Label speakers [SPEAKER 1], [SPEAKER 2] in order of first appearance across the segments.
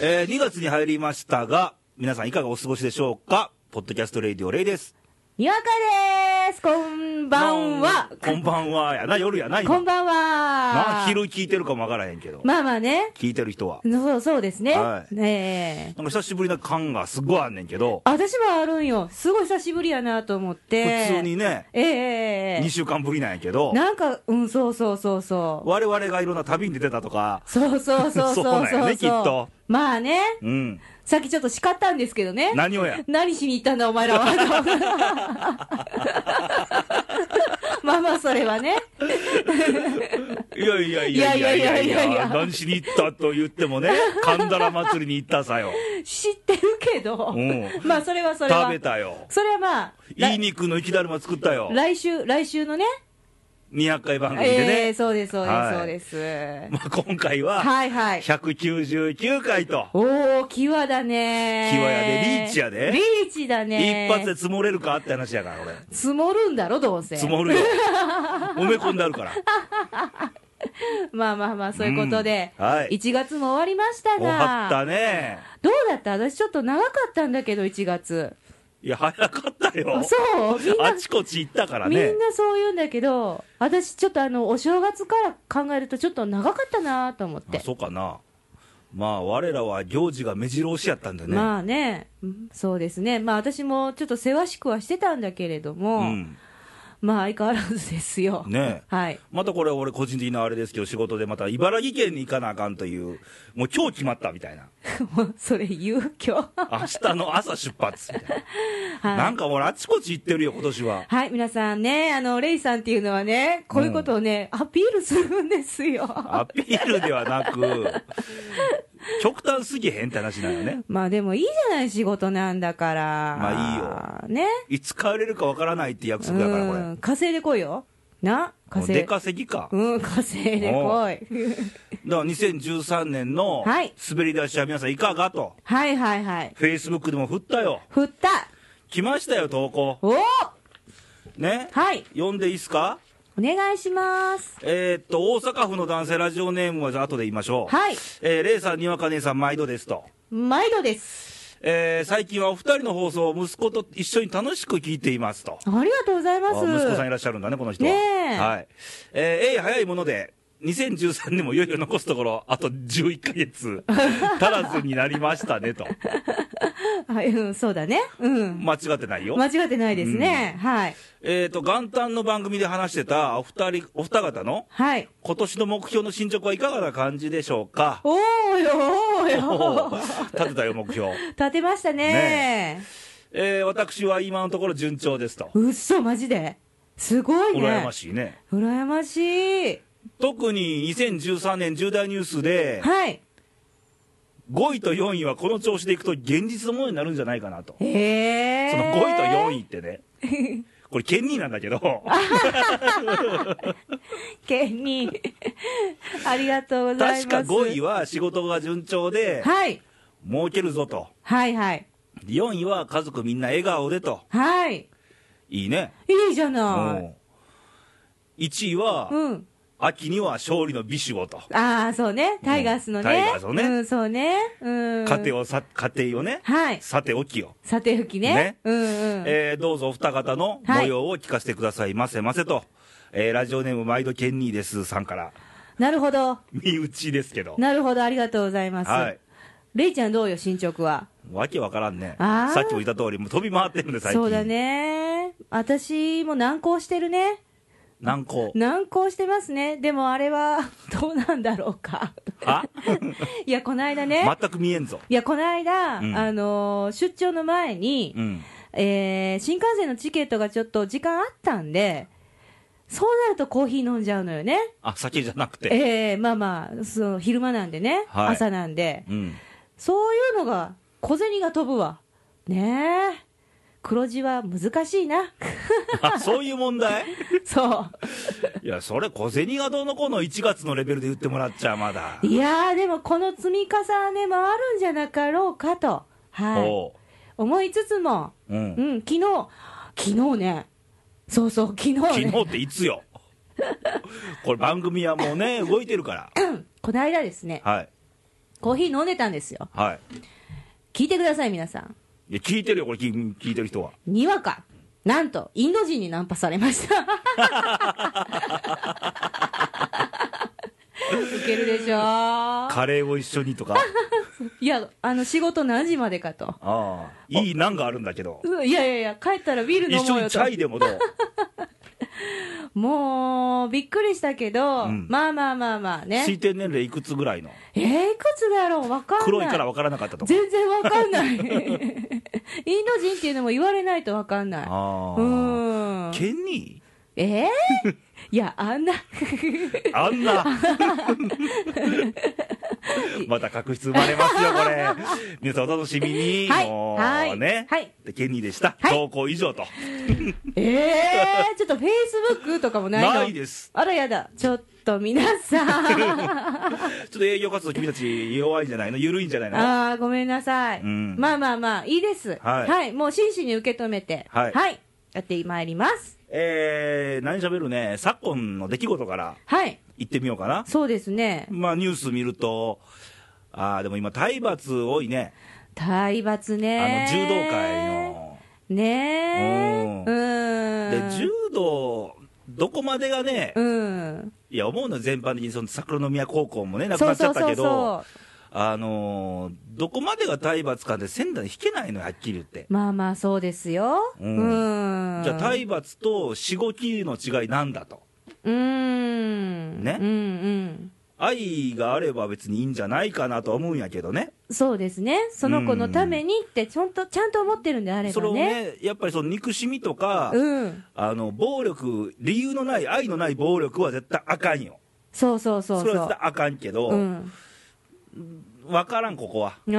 [SPEAKER 1] えー2月に入りましたが、皆さんいかがお過ごしでしょうかポッドキャストレイディオレイです。
[SPEAKER 2] にわかでーすこんばんは
[SPEAKER 1] こんばんはやな、夜やな、今。
[SPEAKER 2] こんばん
[SPEAKER 1] な
[SPEAKER 2] は
[SPEAKER 1] 昼聞いてるかもわからへんけど。
[SPEAKER 2] まあまあね。
[SPEAKER 1] 聞いてる人は。
[SPEAKER 2] そう、そうですね。
[SPEAKER 1] はい
[SPEAKER 2] ねえ。
[SPEAKER 1] なんか久しぶりな感がすごいあんねんけど、
[SPEAKER 2] あ私もあるんよ。すごい久しぶりやなと思って。
[SPEAKER 1] 普通にね、
[SPEAKER 2] ええ。ええ
[SPEAKER 1] 2週間ぶりなんやけど、
[SPEAKER 2] なんか、うん、そうそうそうそう。
[SPEAKER 1] 我々がいろんな旅に出てたとか、
[SPEAKER 2] そうそうそうそう
[SPEAKER 1] そう
[SPEAKER 2] そ
[SPEAKER 1] な
[SPEAKER 2] うん
[SPEAKER 1] やねきっと
[SPEAKER 2] まあね。
[SPEAKER 1] うん、
[SPEAKER 2] さっきちょっと叱ったんですけどね。
[SPEAKER 1] 何をや。
[SPEAKER 2] 何しに行ったんだ、お 前らは。まあまあ、それはね。
[SPEAKER 1] いやいやいやいやいやい
[SPEAKER 2] いやいやいやい
[SPEAKER 1] や、
[SPEAKER 2] や
[SPEAKER 1] 何しに行ったと言って もね、神田ら祭りに行ったさよ。
[SPEAKER 2] 知ってるけど
[SPEAKER 1] う。
[SPEAKER 2] まあ、それはそれは。
[SPEAKER 1] 食べたよ。
[SPEAKER 2] それはまあ、
[SPEAKER 1] いい肉の生きだるま作ったよ。
[SPEAKER 2] 来週、来週のね。
[SPEAKER 1] 200回番組で
[SPEAKER 2] ええ
[SPEAKER 1] ね。
[SPEAKER 2] そうです、そうです、
[SPEAKER 1] はい
[SPEAKER 2] そうです。
[SPEAKER 1] まあ、今回は、
[SPEAKER 2] はいはい。
[SPEAKER 1] 199回と、
[SPEAKER 2] おー、際だねー。
[SPEAKER 1] 際やでリーチやで
[SPEAKER 2] リーチだね
[SPEAKER 1] 一
[SPEAKER 2] ー。
[SPEAKER 1] 発で積もれるかって話やから、俺。
[SPEAKER 2] 積もるんだろ、どうせ。
[SPEAKER 1] 積もるよ。埋め込んであるから。
[SPEAKER 2] まあまあまあ、そういうことで。
[SPEAKER 1] うんはい
[SPEAKER 2] 1月も終わりました
[SPEAKER 1] 終わった
[SPEAKER 2] が。
[SPEAKER 1] ね。
[SPEAKER 2] どうだった私ちょっと長かったんだけど、1月。
[SPEAKER 1] いや、早かったよ
[SPEAKER 2] あ。そうみんな
[SPEAKER 1] あ、ちこち行ったから
[SPEAKER 2] み
[SPEAKER 1] ね
[SPEAKER 2] ん。なそう言うんだけど、私ちょっとあの、お正月から考えるとちょっと長かったなーと思っ
[SPEAKER 1] あ
[SPEAKER 2] て。
[SPEAKER 1] そうかな。まあ、我らは行事が目白押しやったんでね。
[SPEAKER 2] まあね、うんそうですね。まあ私もちょっとせわしくはしてたんだけれども。
[SPEAKER 1] うん。
[SPEAKER 2] まあ相変わらずですよ。
[SPEAKER 1] ねえ
[SPEAKER 2] はい。
[SPEAKER 1] またこれ、俺個人的なあれですけど、仕事でまた茨城県に行かなあかんという、もう今日決まったみたい な。
[SPEAKER 2] もうそれ言う今日。
[SPEAKER 1] 明日の朝出発みたいな。な
[SPEAKER 2] は
[SPEAKER 1] ん
[SPEAKER 2] い。
[SPEAKER 1] か俺、あちこち行ってるよ、今年は。
[SPEAKER 2] はい、皆さんね、あの、レイさんっていうのはね、こういうことをね、アピールするんですよ。
[SPEAKER 1] アピールではなく、極端すぎへんって話なのね。
[SPEAKER 2] まあでもいいじゃない仕事なんだから。
[SPEAKER 1] ま
[SPEAKER 2] あいいよ。ね。
[SPEAKER 1] いつ帰れるかわからないって約束だから、これ。
[SPEAKER 2] うん。稼いでこいよ。な
[SPEAKER 1] もう
[SPEAKER 2] 稼い
[SPEAKER 1] 出。稼ぎか。
[SPEAKER 2] うん、稼いでこ
[SPEAKER 1] だ
[SPEAKER 2] い。
[SPEAKER 1] から2013年の
[SPEAKER 2] はい
[SPEAKER 1] 滑り出しは皆さんいかがと、
[SPEAKER 2] はいはいはい。
[SPEAKER 1] Facebook でも振ったよ。
[SPEAKER 2] 振った
[SPEAKER 1] 来ましたよ、投稿。
[SPEAKER 2] おー
[SPEAKER 1] ね。
[SPEAKER 2] はい。
[SPEAKER 1] 読んでいいっすか
[SPEAKER 2] お願いします。
[SPEAKER 1] えーっと、大阪府の男性ラジオネームはじゃあ後で言いましょう。
[SPEAKER 2] はい。
[SPEAKER 1] えー、レイさん、にわか姉さん、毎度ですと。
[SPEAKER 2] 毎度です。
[SPEAKER 1] えー最近はお二人の放送を息子と一緒に楽しく聞いていますと。
[SPEAKER 2] ありがとうございます。
[SPEAKER 1] あ息子さんいらっしゃるんだね、この人は。
[SPEAKER 2] ねえ
[SPEAKER 1] はい。えーえい早いもので、2013年もいよいよ残すところ、あと11ヶ月足らずになりましたねと。
[SPEAKER 2] はい、うん、そうだね。うん。
[SPEAKER 1] 間違ってないよ。
[SPEAKER 2] 間違ってないですね。はい。
[SPEAKER 1] えっ、と、元旦の番組で話してたお二人、お二方の
[SPEAKER 2] はい。
[SPEAKER 1] 今年の目標の進捗はいかがな感じでしょう か
[SPEAKER 2] おーよ、おー
[SPEAKER 1] お
[SPEAKER 2] よ。
[SPEAKER 1] ー立てたよ、目標。
[SPEAKER 2] 立てましたね。
[SPEAKER 1] えー私は今のところ順調ですと。
[SPEAKER 2] うっそ、マジで。すごいね。
[SPEAKER 1] 羨ま
[SPEAKER 2] い。
[SPEAKER 1] しいね。
[SPEAKER 2] 羨ましい。
[SPEAKER 1] 特に2013年重大ニュースで、
[SPEAKER 2] はい。
[SPEAKER 1] 5位と4位はこの調子でいくと現実のものになるんじゃないかなと。
[SPEAKER 2] ええー。
[SPEAKER 1] その5位と4
[SPEAKER 2] 位。
[SPEAKER 1] 位ってね。これ、権利なんだけど、
[SPEAKER 2] ケニー。 ありがとうございます
[SPEAKER 1] 確。か5位は仕事が順調で、
[SPEAKER 2] はい。
[SPEAKER 1] 儲けるぞと。
[SPEAKER 2] はいはい。
[SPEAKER 1] 4位は家族みんな笑顔でと。
[SPEAKER 2] はい。
[SPEAKER 1] いいね。
[SPEAKER 2] いいじゃない。
[SPEAKER 1] い。1位は、
[SPEAKER 2] うん。
[SPEAKER 1] 秋には勝利の美酒をと。
[SPEAKER 2] ああ、そうね。タイガースのね。
[SPEAKER 1] タイガースのね
[SPEAKER 2] うん、そうね。うん。
[SPEAKER 1] 家庭をさ、家庭をね、
[SPEAKER 2] はい。
[SPEAKER 1] さておきよ。
[SPEAKER 2] さて吹きね。
[SPEAKER 1] ね
[SPEAKER 2] うんうん。
[SPEAKER 1] えーどうぞお二方の模様を聞かせてくださいませませと。えーラジオネーム毎度ケンニーですさんから。
[SPEAKER 2] なるほど。
[SPEAKER 1] 身内ですけど。
[SPEAKER 2] なるほど。ありがとうございます。
[SPEAKER 1] はい。
[SPEAKER 2] レイちゃんどうよ、進捗は。
[SPEAKER 1] わけわからんね。
[SPEAKER 2] あー
[SPEAKER 1] さっきも言った通り、もう飛び回ってるんで、最近。
[SPEAKER 2] そうだ。ね。私も難航してるね。
[SPEAKER 1] 難航。
[SPEAKER 2] 難航してますね。でもあれは、 どうなんだろうか。
[SPEAKER 1] あ
[SPEAKER 2] いや、この間ね。
[SPEAKER 1] 全く見えんぞ。
[SPEAKER 2] いや、この間、
[SPEAKER 1] うん
[SPEAKER 2] あのー出張の前に、
[SPEAKER 1] うん。
[SPEAKER 2] えー新幹線のチケットがちょっと時間あったんで、そうなるとコーヒー飲んじゃうのよね。
[SPEAKER 1] あ、酒じゃなくて。
[SPEAKER 2] ええまあまあ、その昼間なんでね、
[SPEAKER 1] はい
[SPEAKER 2] 朝なんで、
[SPEAKER 1] うん。
[SPEAKER 2] そういうのが、小銭が飛ぶわ。ねえ。黒字は難し いな。
[SPEAKER 1] あ、そういう問題
[SPEAKER 2] そ
[SPEAKER 1] いや、それ小銭がどうのこうの1月のレベルで言ってもらっちゃう、まだ
[SPEAKER 2] う。。いやー、でもこの積み重ねもあるんじゃなかろうかと。はい。
[SPEAKER 1] お
[SPEAKER 2] 思いつつも、
[SPEAKER 1] う。うん
[SPEAKER 2] う。ん、昨日、昨日ね。そうそう、昨日
[SPEAKER 1] 昨
[SPEAKER 2] ね。
[SPEAKER 1] 日っていつよこれ番組はもうね動いてるから
[SPEAKER 2] この間ですね、
[SPEAKER 1] はい
[SPEAKER 2] コーヒー飲んでたんですよ。
[SPEAKER 1] はい。
[SPEAKER 2] 聞いてください、皆さん。
[SPEAKER 1] いや、聞いてるよ、これ、聞聞いてる人は。
[SPEAKER 2] にわか。なんと、インド人にナンパされ ました。ウケるでしょ
[SPEAKER 1] カレーを一緒にとか。
[SPEAKER 2] いや、あの、仕事何時までかと。
[SPEAKER 1] ああ。いい難があるんだけど。
[SPEAKER 2] うんいやいやいや、帰ったらビール
[SPEAKER 1] 一
[SPEAKER 2] 飲も
[SPEAKER 1] 緒
[SPEAKER 2] うよ
[SPEAKER 1] にチ
[SPEAKER 2] と。
[SPEAKER 1] ャイでもどう。
[SPEAKER 2] もう、びっくりしたけど、
[SPEAKER 1] うん
[SPEAKER 2] まあまあまあまあね
[SPEAKER 1] 推。定年齢いくつぐらいの。
[SPEAKER 2] えー、いくつだろうわかんない。
[SPEAKER 1] 黒いから分からなかったとか。
[SPEAKER 2] 全然わかんない。イ ンド人っていうのも言われないとわかんない。
[SPEAKER 1] あ
[SPEAKER 2] う
[SPEAKER 1] あ。
[SPEAKER 2] ーん。
[SPEAKER 1] ケニ
[SPEAKER 2] えー、いや、あんな、
[SPEAKER 1] ーあん な。また確執生まれますよ、これ。皆さんお楽しみに。
[SPEAKER 2] はい
[SPEAKER 1] もう
[SPEAKER 2] はい
[SPEAKER 1] ね。
[SPEAKER 2] はい
[SPEAKER 1] でケニーでした。
[SPEAKER 2] はい
[SPEAKER 1] 投稿以上と。
[SPEAKER 2] えー、ちょっとフェイスブックとかもないの
[SPEAKER 1] ないです。
[SPEAKER 2] あらやだ。ちょっと皆さん。
[SPEAKER 1] ちょっと営業活動君たち弱いんじゃないの緩いんじゃないの
[SPEAKER 2] ああ、ごめんなさい。
[SPEAKER 1] うん
[SPEAKER 2] まあまあまあ、いいです。
[SPEAKER 1] はい
[SPEAKER 2] もう真摯に受け止めて。
[SPEAKER 1] はい
[SPEAKER 2] やってまいります。
[SPEAKER 1] えー、何喋るね、昨今の出来事から
[SPEAKER 2] はい。
[SPEAKER 1] 言ってみようかな。
[SPEAKER 2] そうですね。
[SPEAKER 1] まあ、ニュース見ると、あーでも今、体罰多いね。
[SPEAKER 2] 体罰ね。
[SPEAKER 1] あの、柔道界。の。
[SPEAKER 2] ねえ。
[SPEAKER 1] う
[SPEAKER 2] うん。
[SPEAKER 1] で、柔道、どこまでがね、
[SPEAKER 2] うん。
[SPEAKER 1] いや、思うの全般的に、その桜宮高校もね、なく
[SPEAKER 2] そ
[SPEAKER 1] な
[SPEAKER 2] う
[SPEAKER 1] っちゃ
[SPEAKER 2] そ
[SPEAKER 1] っ
[SPEAKER 2] う
[SPEAKER 1] た
[SPEAKER 2] そ
[SPEAKER 1] け
[SPEAKER 2] う
[SPEAKER 1] ど、
[SPEAKER 2] そ
[SPEAKER 1] あのーどこまでが体罰かで仙台に引けないのよ、はっきり言って
[SPEAKER 2] う。。まあまあ、そうですよ。
[SPEAKER 1] う
[SPEAKER 2] うんん。
[SPEAKER 1] じゃあ、体罰としごきの違いなんだと。
[SPEAKER 2] うん。
[SPEAKER 1] ね
[SPEAKER 2] うんうん。
[SPEAKER 1] 愛があれば別にいいんじゃないかなとは思うんやけどね。
[SPEAKER 2] そうですね。その子のためにって、ちゃんと、ちゃんと思ってるんであれ
[SPEAKER 1] それ
[SPEAKER 2] ば
[SPEAKER 1] を
[SPEAKER 2] ね。
[SPEAKER 1] ね、やっぱりその憎しみとか、
[SPEAKER 2] うん。
[SPEAKER 1] あの暴力、理由のない、愛のない暴力は絶対あかんよ、
[SPEAKER 2] そうそうそう。
[SPEAKER 1] そうれは絶対あかんけど、
[SPEAKER 2] う
[SPEAKER 1] 分
[SPEAKER 2] ん。
[SPEAKER 1] からん、ここは、
[SPEAKER 2] あー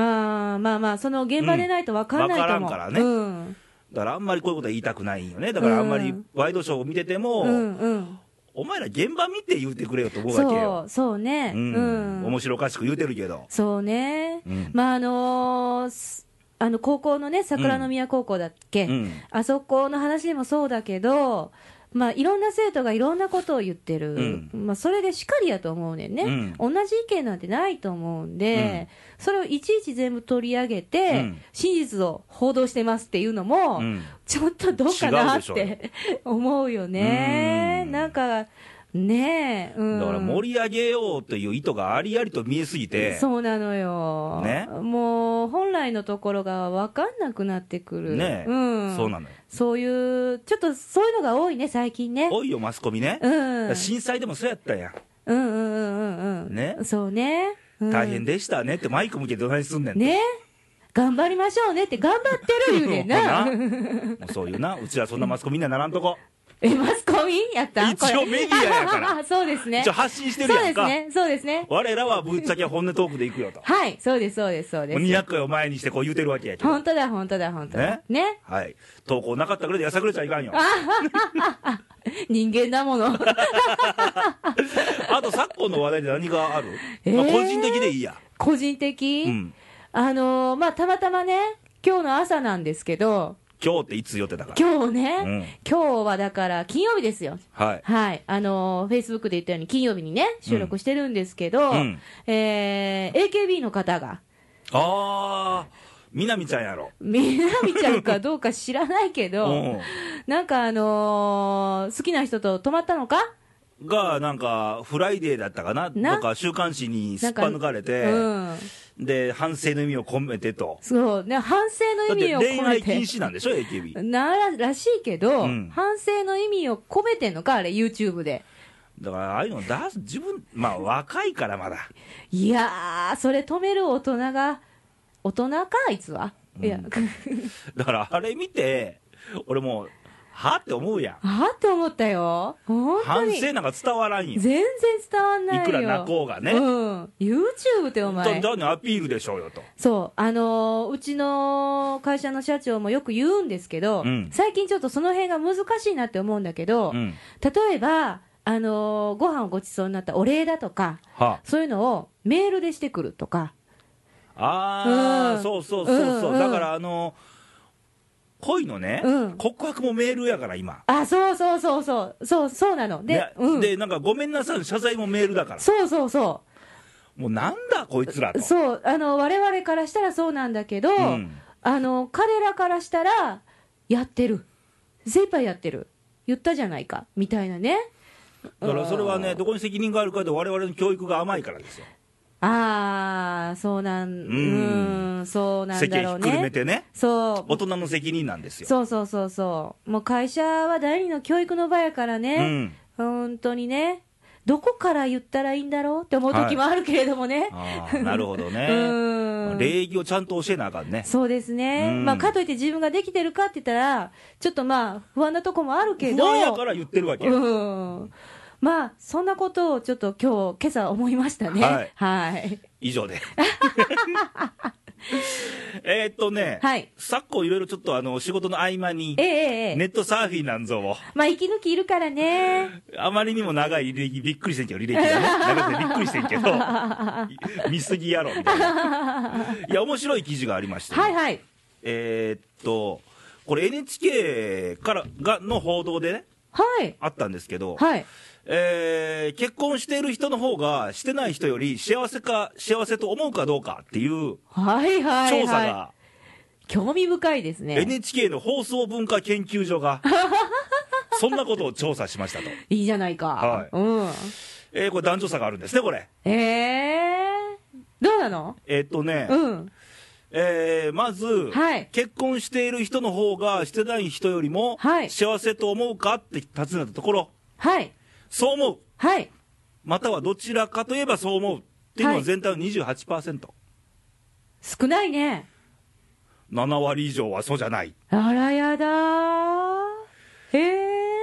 [SPEAKER 2] まあまあ、その現場でないと分かんないと
[SPEAKER 1] うん
[SPEAKER 2] も、
[SPEAKER 1] 分からんからね
[SPEAKER 2] うん
[SPEAKER 1] だからあんまりこういうことは言いたくないんよね、だからあんまり
[SPEAKER 2] うん
[SPEAKER 1] ワイドショーを見てても、
[SPEAKER 2] うんうん、
[SPEAKER 1] お前ら現場見て言うてくれよと思うわけ
[SPEAKER 2] そ
[SPEAKER 1] よ、
[SPEAKER 2] う、そうね、
[SPEAKER 1] うん
[SPEAKER 2] うん
[SPEAKER 1] 面白おかしく言うてるけど、
[SPEAKER 2] そうね、
[SPEAKER 1] うん
[SPEAKER 2] まああのーすあの高校のね、桜宮高校だっけ、
[SPEAKER 1] うん
[SPEAKER 2] あそこの話でもそうだけど、まあ、いろんな生徒がいろんなことを言ってる、まあ、それでしかりやと思うねんね、
[SPEAKER 1] う
[SPEAKER 2] 同じ意見なんてないと思うんで、それをいちいち全部取り上げて、
[SPEAKER 1] うん
[SPEAKER 2] 真実を報道してますっていうのも、
[SPEAKER 1] うん
[SPEAKER 2] ちょっとどうかなっ
[SPEAKER 1] 違うで
[SPEAKER 2] て 思うよね
[SPEAKER 1] う。ん
[SPEAKER 2] なんか、ねえ、うん。
[SPEAKER 1] だから盛り上げようという意図がありありと見えすぎて、
[SPEAKER 2] そうなのよ。
[SPEAKER 1] ね
[SPEAKER 2] もう、本来のところが分かんなくなってくる。
[SPEAKER 1] ね
[SPEAKER 2] うん。
[SPEAKER 1] そうなのよ、
[SPEAKER 2] そういう、ちょっとそういうのが多いね、最近ね。
[SPEAKER 1] おいよ、マスコミね、
[SPEAKER 2] うん。
[SPEAKER 1] だ
[SPEAKER 2] うん
[SPEAKER 1] から震災でもそうやったやん、
[SPEAKER 2] うんうんうんうん。
[SPEAKER 1] ね
[SPEAKER 2] そうね。うん
[SPEAKER 1] 大変でしたねって、マイク向けてどないすんねんって
[SPEAKER 2] ね頑張りましょうねって頑張ってる言うねん な。
[SPEAKER 1] ほんまなそういうな、うちらそんなマスコミにはならんとこ、
[SPEAKER 2] え、マスコミやった。
[SPEAKER 1] 一応メディアやから
[SPEAKER 2] そうですね。
[SPEAKER 1] 一応発信してる
[SPEAKER 2] そう
[SPEAKER 1] や
[SPEAKER 2] で
[SPEAKER 1] ん
[SPEAKER 2] す
[SPEAKER 1] か、
[SPEAKER 2] ね。そうですね。
[SPEAKER 1] 我らはぶっちゃけ本音トークでいくよと、
[SPEAKER 2] はい、そうです、そうです、そう
[SPEAKER 1] もう
[SPEAKER 2] です。
[SPEAKER 1] 200回を前にしてこう言うてるわけやけど、
[SPEAKER 2] 本当だ、本当だ、本当だ。ね。
[SPEAKER 1] はい、投稿なかったぐらいでやさぐれちゃいかんよ、
[SPEAKER 2] 人間だもの。
[SPEAKER 1] あと昨今の話題で何がある、
[SPEAKER 2] えー
[SPEAKER 1] まあ個人的でいいや、
[SPEAKER 2] 個人的、
[SPEAKER 1] うん、
[SPEAKER 2] あのーまあ、たまたまね、今日の朝なんですけど、
[SPEAKER 1] 今日っていつ予定だから、
[SPEAKER 2] 今日ね、
[SPEAKER 1] うん
[SPEAKER 2] 今日はだから金曜日ですよ。
[SPEAKER 1] はい、
[SPEAKER 2] はい。あのー、フェイスブックで言ったように金曜日にね、収録してるんですけど、
[SPEAKER 1] うん
[SPEAKER 2] えー、AKB の方が、
[SPEAKER 1] あー、みなみちゃんやろ、
[SPEAKER 2] みなみちゃんかどうか知らないけど、
[SPEAKER 1] う
[SPEAKER 2] なんかあのー好きな人と泊まったのか
[SPEAKER 1] ん、がなんか、フライデーだったかな、
[SPEAKER 2] な
[SPEAKER 1] とか週刊誌にす
[SPEAKER 2] な
[SPEAKER 1] っ
[SPEAKER 2] んか
[SPEAKER 1] ぱ抜かれて、
[SPEAKER 2] うん。
[SPEAKER 1] で反省の意味を込めてと、
[SPEAKER 2] そう、ね、反省
[SPEAKER 1] だ
[SPEAKER 2] の
[SPEAKER 1] っ
[SPEAKER 2] 意味
[SPEAKER 1] て
[SPEAKER 2] を
[SPEAKER 1] 恋
[SPEAKER 2] 込め
[SPEAKER 1] 愛禁
[SPEAKER 2] て。
[SPEAKER 1] 止なんでしょ、AKB。
[SPEAKER 2] なららしいけど、
[SPEAKER 1] うん
[SPEAKER 2] 反省の意味を込めてんのか、あれ、YouTube で。
[SPEAKER 1] だからああいうの出す自分まあ若いからまだ
[SPEAKER 2] いやー、それ止める大人が、大人か、あいつは。いや、
[SPEAKER 1] だからあれ見て俺もうはって思うやん
[SPEAKER 2] あーって思ったよ。本当
[SPEAKER 1] 反
[SPEAKER 2] に。
[SPEAKER 1] 省なんか伝わらんよ
[SPEAKER 2] 全然伝わんないよ。
[SPEAKER 1] いくら泣こうがね
[SPEAKER 2] うん。YouTube ってお前。
[SPEAKER 1] だにアピールでしょうよと
[SPEAKER 2] そう、あのーうちの会社の社長もよく言うんですけど、
[SPEAKER 1] うん
[SPEAKER 2] 最近ちょっとその辺が難しいなって思うんだけど、
[SPEAKER 1] うん
[SPEAKER 2] 例えば、あのーご飯をごちそうになったお礼だとか、
[SPEAKER 1] は
[SPEAKER 2] そういうのをメールでしてくるとか、
[SPEAKER 1] ああー、
[SPEAKER 2] うん
[SPEAKER 1] そうそうそうそう、
[SPEAKER 2] うんうん
[SPEAKER 1] だからあの恋のね、
[SPEAKER 2] うん
[SPEAKER 1] 告白もメールやから今
[SPEAKER 2] あ、そうそうそうそう、そうそうなの。で、
[SPEAKER 1] ね
[SPEAKER 2] うん、
[SPEAKER 1] でなんかごめんなさいの謝罪もメールだから
[SPEAKER 2] そうそうそ
[SPEAKER 1] もうなんだこいつらと。
[SPEAKER 2] そう、あの、我々からしたらそうなんだけど、
[SPEAKER 1] うん
[SPEAKER 2] あの、彼らからしたら、やってる。精一杯やってる。言ったじゃないか、みたいなね。
[SPEAKER 1] だからそれはね、どこに責任があるかで、我々の教育が甘いからですよ。
[SPEAKER 2] ああ、そうなん、うーん、そうなん
[SPEAKER 1] 世
[SPEAKER 2] だ
[SPEAKER 1] 間
[SPEAKER 2] ろ
[SPEAKER 1] ひ
[SPEAKER 2] う
[SPEAKER 1] っくるめ
[SPEAKER 2] ね。
[SPEAKER 1] てね、
[SPEAKER 2] そ
[SPEAKER 1] 大人の責任なんです
[SPEAKER 2] う。
[SPEAKER 1] よ。
[SPEAKER 2] そうそうそうそう。もう会社は第二の教育の場やから
[SPEAKER 1] う
[SPEAKER 2] ね。
[SPEAKER 1] ん
[SPEAKER 2] 本当にね。どこから言ったらいいんだろうって思う時もあるけれどもね。
[SPEAKER 1] あーなるほど
[SPEAKER 2] う
[SPEAKER 1] ね。
[SPEAKER 2] ーん。
[SPEAKER 1] 礼儀をちゃんと教えなあかんね。
[SPEAKER 2] そうですね。
[SPEAKER 1] うん
[SPEAKER 2] まあ、かといって自分ができてるかって言ったら、ちょっとまあ、不安なとこもあるけ
[SPEAKER 1] 不
[SPEAKER 2] ど。
[SPEAKER 1] 安やから言ってるわけ。
[SPEAKER 2] うん。まあ、そんなことをちょっと今日、今朝思いましたね。
[SPEAKER 1] はい
[SPEAKER 2] はい。
[SPEAKER 1] 以上 で。えーっとね、
[SPEAKER 2] はい
[SPEAKER 1] 昨今いろいろちょっとあの仕事の合間に
[SPEAKER 2] ええ、ええ
[SPEAKER 1] ネットサーフィンなんぞを、
[SPEAKER 2] まあ、息抜きいるからね。
[SPEAKER 1] あまりにも長い履歴、びっくりしてんけど、履歴がね。長くてびっくりしてんけ ど、見すぎやろ、みたいな。いや、面白い記事がありまして、
[SPEAKER 2] はいはい。
[SPEAKER 1] えーっと、これ NHK からがの報道でね、
[SPEAKER 2] はい。
[SPEAKER 1] あったんですけど、
[SPEAKER 2] はい。
[SPEAKER 1] えー結婚している人の方が、してない人より幸せか、幸せと思うかどうかっていう
[SPEAKER 2] はいはい、はい。
[SPEAKER 1] 調査が、
[SPEAKER 2] 興味深いですね。
[SPEAKER 1] NHK の放送文化研究所 が、そんなことを調査しましたと。
[SPEAKER 2] いいじゃないか。
[SPEAKER 1] はい
[SPEAKER 2] うん。
[SPEAKER 1] えーこれ男女差があるんですね、これ。
[SPEAKER 2] ええどうなの
[SPEAKER 1] えーっとね、
[SPEAKER 2] うん。
[SPEAKER 1] えーまず、
[SPEAKER 2] はい
[SPEAKER 1] 結婚している人の方が、してない人よりも、
[SPEAKER 2] はい
[SPEAKER 1] 幸せと思うかって尋ねたところ、
[SPEAKER 2] はい。
[SPEAKER 1] そう思う、
[SPEAKER 2] はい。
[SPEAKER 1] またはどちらかといえばそう思うっていうの
[SPEAKER 2] は
[SPEAKER 1] はい全体の28%、
[SPEAKER 2] 少ないね。
[SPEAKER 1] 7割以上はそうじゃない
[SPEAKER 2] あらやだー。ええ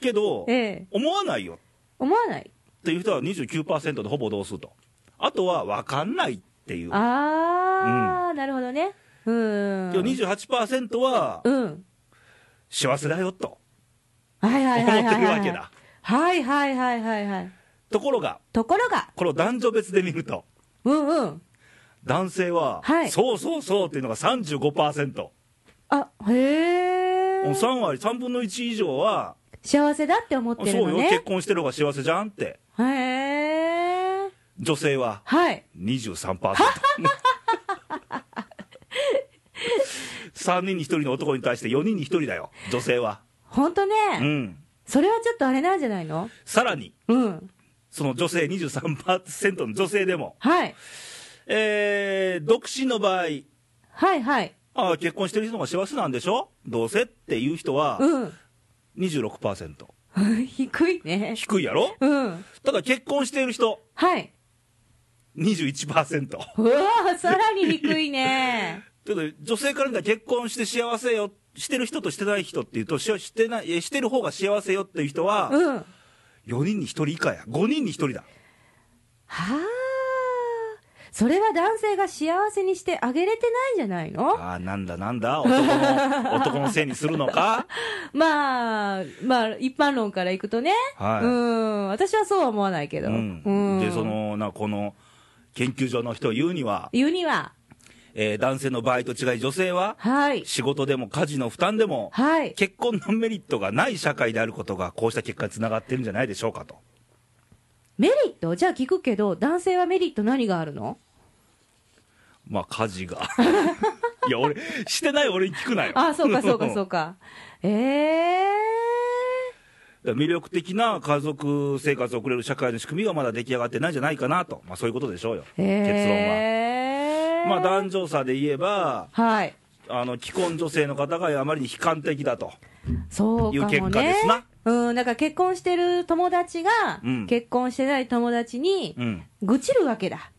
[SPEAKER 1] けど、
[SPEAKER 2] ええ
[SPEAKER 1] 思わないよ
[SPEAKER 2] 思わない。
[SPEAKER 1] っていう人は29%でほぼ同数と、あとは分かんないっていう、
[SPEAKER 2] あー、なるほどね。うん。
[SPEAKER 1] 28%は
[SPEAKER 2] うん。
[SPEAKER 1] 幸せだよと
[SPEAKER 2] はいはい
[SPEAKER 1] 思っ
[SPEAKER 2] はいは
[SPEAKER 1] て
[SPEAKER 2] い、
[SPEAKER 1] る
[SPEAKER 2] はい。
[SPEAKER 1] わけだ。
[SPEAKER 2] はいはいはいはいはい。
[SPEAKER 1] ところが、
[SPEAKER 2] ところが、
[SPEAKER 1] これを男女別で見ると、
[SPEAKER 2] うんうん。
[SPEAKER 1] 男性は、
[SPEAKER 2] はい
[SPEAKER 1] そうそうそうっていうのが35%、も
[SPEAKER 2] あ、へ
[SPEAKER 1] う
[SPEAKER 2] え。
[SPEAKER 1] 3割、3分の1以上は、
[SPEAKER 2] 幸せだって思ってる
[SPEAKER 1] そう
[SPEAKER 2] の
[SPEAKER 1] よ、結
[SPEAKER 2] ね。
[SPEAKER 1] 婚してる方が幸せじゃんって、
[SPEAKER 2] へえ。
[SPEAKER 1] 女性は
[SPEAKER 2] はい。
[SPEAKER 1] 23%。3人に1人の男に対して4人に1人だよ、女性は。
[SPEAKER 2] ほんとね、
[SPEAKER 1] うん。
[SPEAKER 2] それはちょっとあれなんじゃないの
[SPEAKER 1] さらに、
[SPEAKER 2] うん。
[SPEAKER 1] その女性23%の女性でも、
[SPEAKER 2] はい。
[SPEAKER 1] えー、独身の場合、
[SPEAKER 2] はいはい。
[SPEAKER 1] ああ、結婚してる人の方が幸せなんでしょどうせっていう人は
[SPEAKER 2] うん。
[SPEAKER 1] 26%。
[SPEAKER 2] 低いね。
[SPEAKER 1] 低いやろ
[SPEAKER 2] うん。
[SPEAKER 1] ただ結婚している人、
[SPEAKER 2] はい。
[SPEAKER 1] 21%。
[SPEAKER 2] うわーさらに低いね。
[SPEAKER 1] ちょっと女性から見たら結婚して幸せよ、してる人としてない人っていうと、ししてない、えしてる方が幸せよっていう人は、
[SPEAKER 2] うん。は
[SPEAKER 1] 4人に1人以下や。5人に1人だ。
[SPEAKER 2] あ。それは男性が幸せにしてあげれてないんじゃないの
[SPEAKER 1] ああ、なんだなんだ、男 の、男のせいにするのか
[SPEAKER 2] まあ、まあ、一般論からいくとね、
[SPEAKER 1] はい
[SPEAKER 2] うん、私はそうは思わないけど、
[SPEAKER 1] うん
[SPEAKER 2] うん
[SPEAKER 1] で、その、な、この、研究所の人を言うには、
[SPEAKER 2] 言うには、
[SPEAKER 1] えー男性の場合と違い女性は、
[SPEAKER 2] はい、
[SPEAKER 1] 仕事でも家事の負担でも、
[SPEAKER 2] はい、
[SPEAKER 1] 結婚のメリットがない社会であることが、こうした結果につながってるんじゃないでしょうかと。
[SPEAKER 2] メリット、じゃあ聞くけど、男性はメリット、何があるの
[SPEAKER 1] まあ、家事 が。いや、俺、してない俺に聞くなよ。
[SPEAKER 2] あそうか、そうか、そうか、えー、
[SPEAKER 1] だから魅力的な家族生活を送れる社会の仕組みがまだ出来上がってないんじゃないかなと、まあ、そういうことでしょうよ、
[SPEAKER 2] え
[SPEAKER 1] 結
[SPEAKER 2] ー、
[SPEAKER 1] 論は。まあ、男女差で言えば、
[SPEAKER 2] はい、
[SPEAKER 1] あの既婚女性の方があまりに悲観的だと、
[SPEAKER 2] そうか
[SPEAKER 1] いう
[SPEAKER 2] も
[SPEAKER 1] 結果で
[SPEAKER 2] ね
[SPEAKER 1] すな。
[SPEAKER 2] うん、なんか結婚してる友達が、
[SPEAKER 1] うん
[SPEAKER 2] 結婚してない友達に
[SPEAKER 1] う、ん、
[SPEAKER 2] 愚痴るわけだ。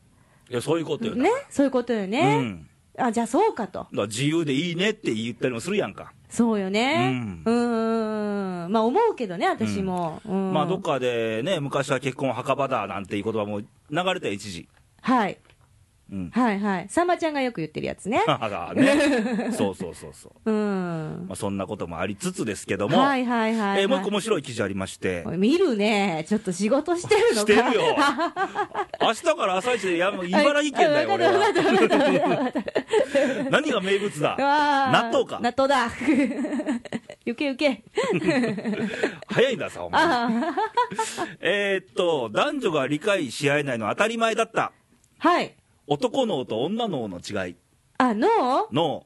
[SPEAKER 1] いやそういうことよ、
[SPEAKER 2] ね、そういうことよ
[SPEAKER 1] う
[SPEAKER 2] ね。
[SPEAKER 1] ん、
[SPEAKER 2] あ、じゃあそうかと。
[SPEAKER 1] だから自由でいいねって言ったりもするやんか、
[SPEAKER 2] そうよね。
[SPEAKER 1] う
[SPEAKER 2] うん。んまあ思うけどね、私も。うん。
[SPEAKER 1] まあ、どっかでね、昔は結婚は墓場だなんていう言葉も流れたよ一時、
[SPEAKER 2] はい。
[SPEAKER 1] うん、。
[SPEAKER 2] はいはい。さんまちゃんがよく言ってるやつね
[SPEAKER 1] 母がね、そうそうそうそう、
[SPEAKER 2] うん。
[SPEAKER 1] まあ、そんなこともありつつですけども、
[SPEAKER 2] はいはいはい、はい
[SPEAKER 1] えーもう一個面白い記事ありまして、
[SPEAKER 2] 見るね。ちょっと仕事してるのか。
[SPEAKER 1] してるよ 明日から朝一でやむ茨城県だよ、
[SPEAKER 2] わ
[SPEAKER 1] 俺
[SPEAKER 2] か
[SPEAKER 1] は。
[SPEAKER 2] ったわかったわかったわかったわかっ
[SPEAKER 1] 何が名物だ
[SPEAKER 2] た。わあ
[SPEAKER 1] 納豆か
[SPEAKER 2] 納豆だ。 ゆけゆけ。
[SPEAKER 1] 早いんださ、お前。
[SPEAKER 2] あ
[SPEAKER 1] えーっと、男女が理解し合えないのは当たり前だった。
[SPEAKER 2] はい。
[SPEAKER 1] 男脳と女脳の違い
[SPEAKER 2] あ、脳
[SPEAKER 1] の、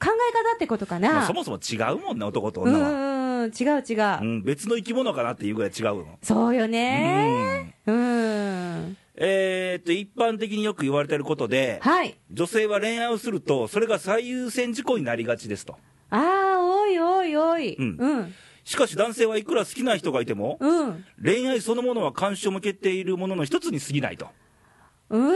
[SPEAKER 2] 考え方ってことかな。
[SPEAKER 1] まあそもそも違うもんね、男と
[SPEAKER 2] う
[SPEAKER 1] 女
[SPEAKER 2] ん
[SPEAKER 1] は。
[SPEAKER 2] うんうん、違う違う。
[SPEAKER 1] うん、別の生き物かなっていうぐらい違うの。
[SPEAKER 2] そうよね
[SPEAKER 1] うん
[SPEAKER 2] ー。うん。
[SPEAKER 1] えーっと、一般的によく言われてることで、
[SPEAKER 2] はい。
[SPEAKER 1] 女性は恋愛をすると、それが最優先事項になりがちですと。
[SPEAKER 2] ああ、おいおいおい。
[SPEAKER 1] う
[SPEAKER 2] うんん。うん。
[SPEAKER 1] しかし男性はいくら好きな人がいても、
[SPEAKER 2] うん。
[SPEAKER 1] 恋愛そのものは関心を向けているものの一つに過ぎないと。
[SPEAKER 2] うん。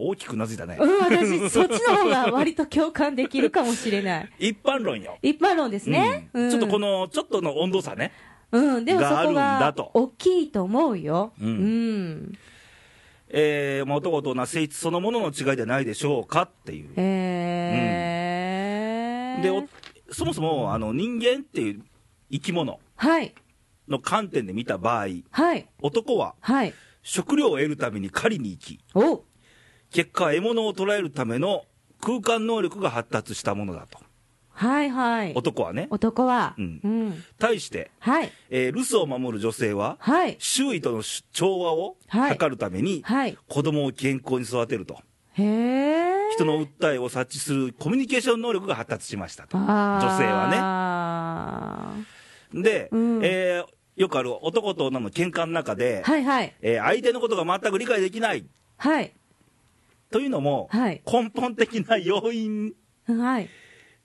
[SPEAKER 1] 大きくうなずいたね。
[SPEAKER 2] 私、そっちの方が割と共感できるかもし れない。
[SPEAKER 1] 一般論よ。
[SPEAKER 2] 一般論ですね。
[SPEAKER 1] うん
[SPEAKER 2] うん
[SPEAKER 1] ちょっとこの、ちょっとの温度差ね。
[SPEAKER 2] うん、でもそ
[SPEAKER 1] がある
[SPEAKER 2] こ
[SPEAKER 1] んだ
[SPEAKER 2] が
[SPEAKER 1] と
[SPEAKER 2] 大きいと思うよ。
[SPEAKER 1] うん
[SPEAKER 2] うん。
[SPEAKER 1] えー、まあ男と女性質そのものの違いではないでしょうかっていう。
[SPEAKER 2] へえ。
[SPEAKER 1] で、おそもそも、あの、人間っていう生き物
[SPEAKER 2] はい、
[SPEAKER 1] の観点で見た場合、
[SPEAKER 2] はい、
[SPEAKER 1] 男は
[SPEAKER 2] はい。
[SPEAKER 1] 食料を得るために狩りに行き、
[SPEAKER 2] お
[SPEAKER 1] 結果、獲物を捕らえるための空間能力が発達したものだと。
[SPEAKER 2] はい、はい。
[SPEAKER 1] 男はね。
[SPEAKER 2] 男は、
[SPEAKER 1] う
[SPEAKER 2] うんん、
[SPEAKER 1] 対して、
[SPEAKER 2] はい、
[SPEAKER 1] えー留守を守る女性は、
[SPEAKER 2] はい、
[SPEAKER 1] 周囲との調和を
[SPEAKER 2] はい
[SPEAKER 1] 図るために、
[SPEAKER 2] はい。
[SPEAKER 1] 子供を健康に育てると。
[SPEAKER 2] へえ。
[SPEAKER 1] 人の訴えを察知するコミュニケーション能力が発達しましたと。
[SPEAKER 2] あー
[SPEAKER 1] 女性は
[SPEAKER 2] は
[SPEAKER 1] ね。で、
[SPEAKER 2] うん
[SPEAKER 1] えーよくある男と女の喧嘩の中で、
[SPEAKER 2] い、はい、
[SPEAKER 1] えー相手のことが全く理解できない
[SPEAKER 2] はい、
[SPEAKER 1] というのも、
[SPEAKER 2] はい、
[SPEAKER 1] 根本的な要因
[SPEAKER 2] はい。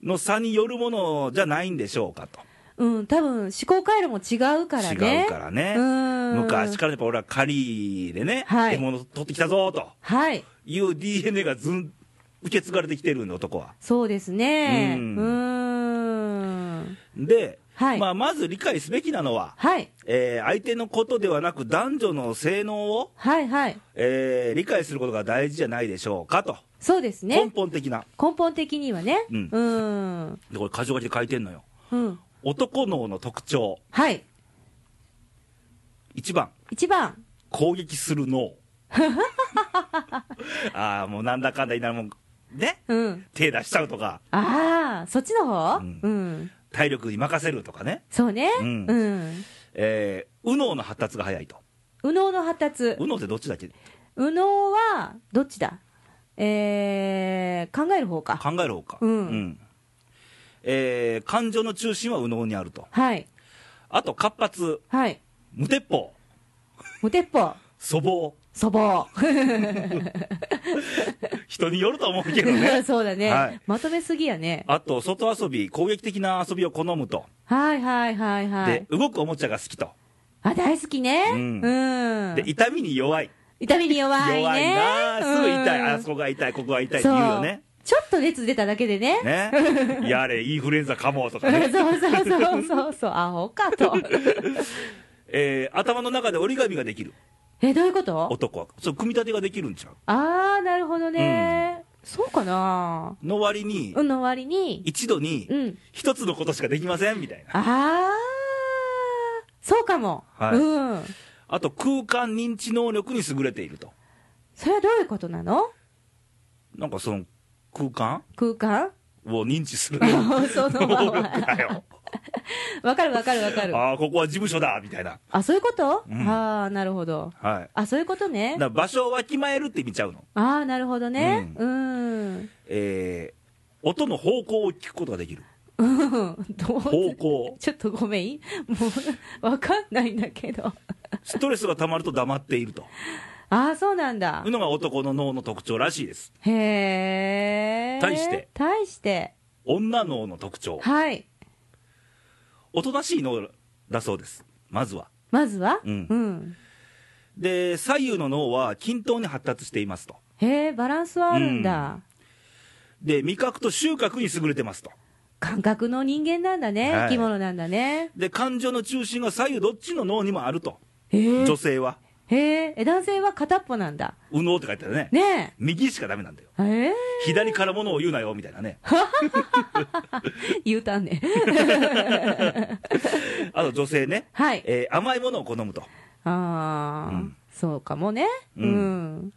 [SPEAKER 1] の差によるものじゃないんでしょうかと。
[SPEAKER 2] うん、多分思考回路も違うからね。
[SPEAKER 1] 違うからね。
[SPEAKER 2] うん。
[SPEAKER 1] 昔からやっぱ俺は狩りでね、
[SPEAKER 2] はい
[SPEAKER 1] 獲物取ってきたぞと
[SPEAKER 2] はい。
[SPEAKER 1] いう DNA がずん受け継がれてきてるんで、男は。
[SPEAKER 2] そうですね。
[SPEAKER 1] う
[SPEAKER 2] うんん。ん
[SPEAKER 1] で、
[SPEAKER 2] はい
[SPEAKER 1] まあ、まず理解すべきなのは、
[SPEAKER 2] はい。
[SPEAKER 1] えー相手のことではなく、男女の性能を、
[SPEAKER 2] はいはい。
[SPEAKER 1] えー理解することが大事じゃないでしょうかと、
[SPEAKER 2] そうです
[SPEAKER 1] 根
[SPEAKER 2] ね。
[SPEAKER 1] 本的な、
[SPEAKER 2] 根本的にはね。
[SPEAKER 1] う
[SPEAKER 2] うんん。うん。
[SPEAKER 1] でこれ、箇条書きで書いてんのよ、男脳の特徴、
[SPEAKER 2] はい。
[SPEAKER 1] 1番、
[SPEAKER 2] 一番。
[SPEAKER 1] 攻撃する 脳、ああ、もうなんだかんだ言いながら、もうね、
[SPEAKER 2] うん。
[SPEAKER 1] 手出しちゃうとか、
[SPEAKER 2] ああ、そっちの方
[SPEAKER 1] う
[SPEAKER 2] うんん。
[SPEAKER 1] 体力に任せるとかね、
[SPEAKER 2] そうね。
[SPEAKER 1] う
[SPEAKER 2] うんん。
[SPEAKER 1] えー右脳の発達が早いと、
[SPEAKER 2] 右脳の発達。
[SPEAKER 1] 右脳ってどっちだっけ、
[SPEAKER 2] 右脳は、どっちだえー、考える方か。
[SPEAKER 1] 考える方か、
[SPEAKER 2] うん
[SPEAKER 1] えー感情の中心は右脳にあると、
[SPEAKER 2] はい。
[SPEAKER 1] あと活発、
[SPEAKER 2] はい。
[SPEAKER 1] 無鉄砲、
[SPEAKER 2] 無鉄砲。
[SPEAKER 1] 粗暴、
[SPEAKER 2] 粗暴。
[SPEAKER 1] 人によると思うけど ね。
[SPEAKER 2] そうだね、
[SPEAKER 1] はい
[SPEAKER 2] まとめすぎやね。
[SPEAKER 1] あと、外遊び、攻撃的な遊びを好むと、
[SPEAKER 2] はいはいはいは
[SPEAKER 1] で
[SPEAKER 2] い。、
[SPEAKER 1] 動くおもちゃが好きと、
[SPEAKER 2] あ、大好きね。
[SPEAKER 1] う
[SPEAKER 2] うんん。
[SPEAKER 1] で、痛みに弱い。
[SPEAKER 2] 痛みに弱いね。
[SPEAKER 1] 弱いなあすぐ痛い。
[SPEAKER 2] うん
[SPEAKER 1] あそこが痛い、ここが痛いって言うよね。
[SPEAKER 2] そうちょっと熱出ただけでね。
[SPEAKER 1] ね。 やれ、インフルエンザかも、とか
[SPEAKER 2] そう
[SPEAKER 1] ね。
[SPEAKER 2] そうそうそう そう、アホかと。
[SPEAKER 1] えー頭の中で折り紙ができる。
[SPEAKER 2] え、どういうこと
[SPEAKER 1] 男は。そう、組み立てができるんちゃ
[SPEAKER 2] あー、なるほどね。そうかな
[SPEAKER 1] うの割に
[SPEAKER 2] う、んの割に、
[SPEAKER 1] 一度に
[SPEAKER 2] う、ん。
[SPEAKER 1] 一つのことしかできません、みたいな。
[SPEAKER 2] あー、そうかも。
[SPEAKER 1] はい
[SPEAKER 2] うん。
[SPEAKER 1] あと、空間認知能力に優れていると。
[SPEAKER 2] それはどういうことなの
[SPEAKER 1] なんかその、空間
[SPEAKER 2] 空間
[SPEAKER 1] を認知する
[SPEAKER 2] その
[SPEAKER 1] 能
[SPEAKER 2] 場
[SPEAKER 1] 力
[SPEAKER 2] は。
[SPEAKER 1] だよ。
[SPEAKER 2] わかるわかるわかる。
[SPEAKER 1] ああ、ここは事務所だ、みたいな。
[SPEAKER 2] あ、そういうこと、
[SPEAKER 1] うん
[SPEAKER 2] あー、なるほど。
[SPEAKER 1] はい。
[SPEAKER 2] あ、そういうことね
[SPEAKER 1] だか。ら場所をわきまえるって意味ちゃうの。
[SPEAKER 2] あー、なるほどね。
[SPEAKER 1] う
[SPEAKER 2] うん。
[SPEAKER 1] えー、音の方向を聞くことができる。
[SPEAKER 2] うん、どう
[SPEAKER 1] 方向。
[SPEAKER 2] ちょっとごめん、もうわかんないんだけど、
[SPEAKER 1] ストレスが溜まると黙っていると。
[SPEAKER 2] ああ、そうなんだ
[SPEAKER 1] いう、のが男の脳の特徴らしいです。
[SPEAKER 2] へえ、
[SPEAKER 1] 対して
[SPEAKER 2] 対して、
[SPEAKER 1] 女脳の特徴。
[SPEAKER 2] はい、
[SPEAKER 1] おとなしい脳だそうです。まずは。
[SPEAKER 2] まずは、
[SPEAKER 1] うん
[SPEAKER 2] うん、
[SPEAKER 1] で、左右の脳は均等に発達していますと。
[SPEAKER 2] へえ、バランスはあるんだ、
[SPEAKER 1] で、味覚と収穫に優れてますと。
[SPEAKER 2] 感覚の人間なんだね、
[SPEAKER 1] はい
[SPEAKER 2] 生き物なんだね、
[SPEAKER 1] で、感情の中心が左右どっちの脳にもあると。
[SPEAKER 2] へえ
[SPEAKER 1] 女性は。
[SPEAKER 2] へええ、男性は片っぽなんだ、
[SPEAKER 1] 右脳って書いてあるね。
[SPEAKER 2] ね
[SPEAKER 1] 右しかダメなんだよ。
[SPEAKER 2] え、ええ、
[SPEAKER 1] 左からものを言うなよ、みたいなね。
[SPEAKER 2] 言うたんね、
[SPEAKER 1] あと女性ね。
[SPEAKER 2] はい、
[SPEAKER 1] えー甘いものを好むと。
[SPEAKER 2] ああ、
[SPEAKER 1] うん
[SPEAKER 2] そうかもね、
[SPEAKER 1] う
[SPEAKER 2] うんん、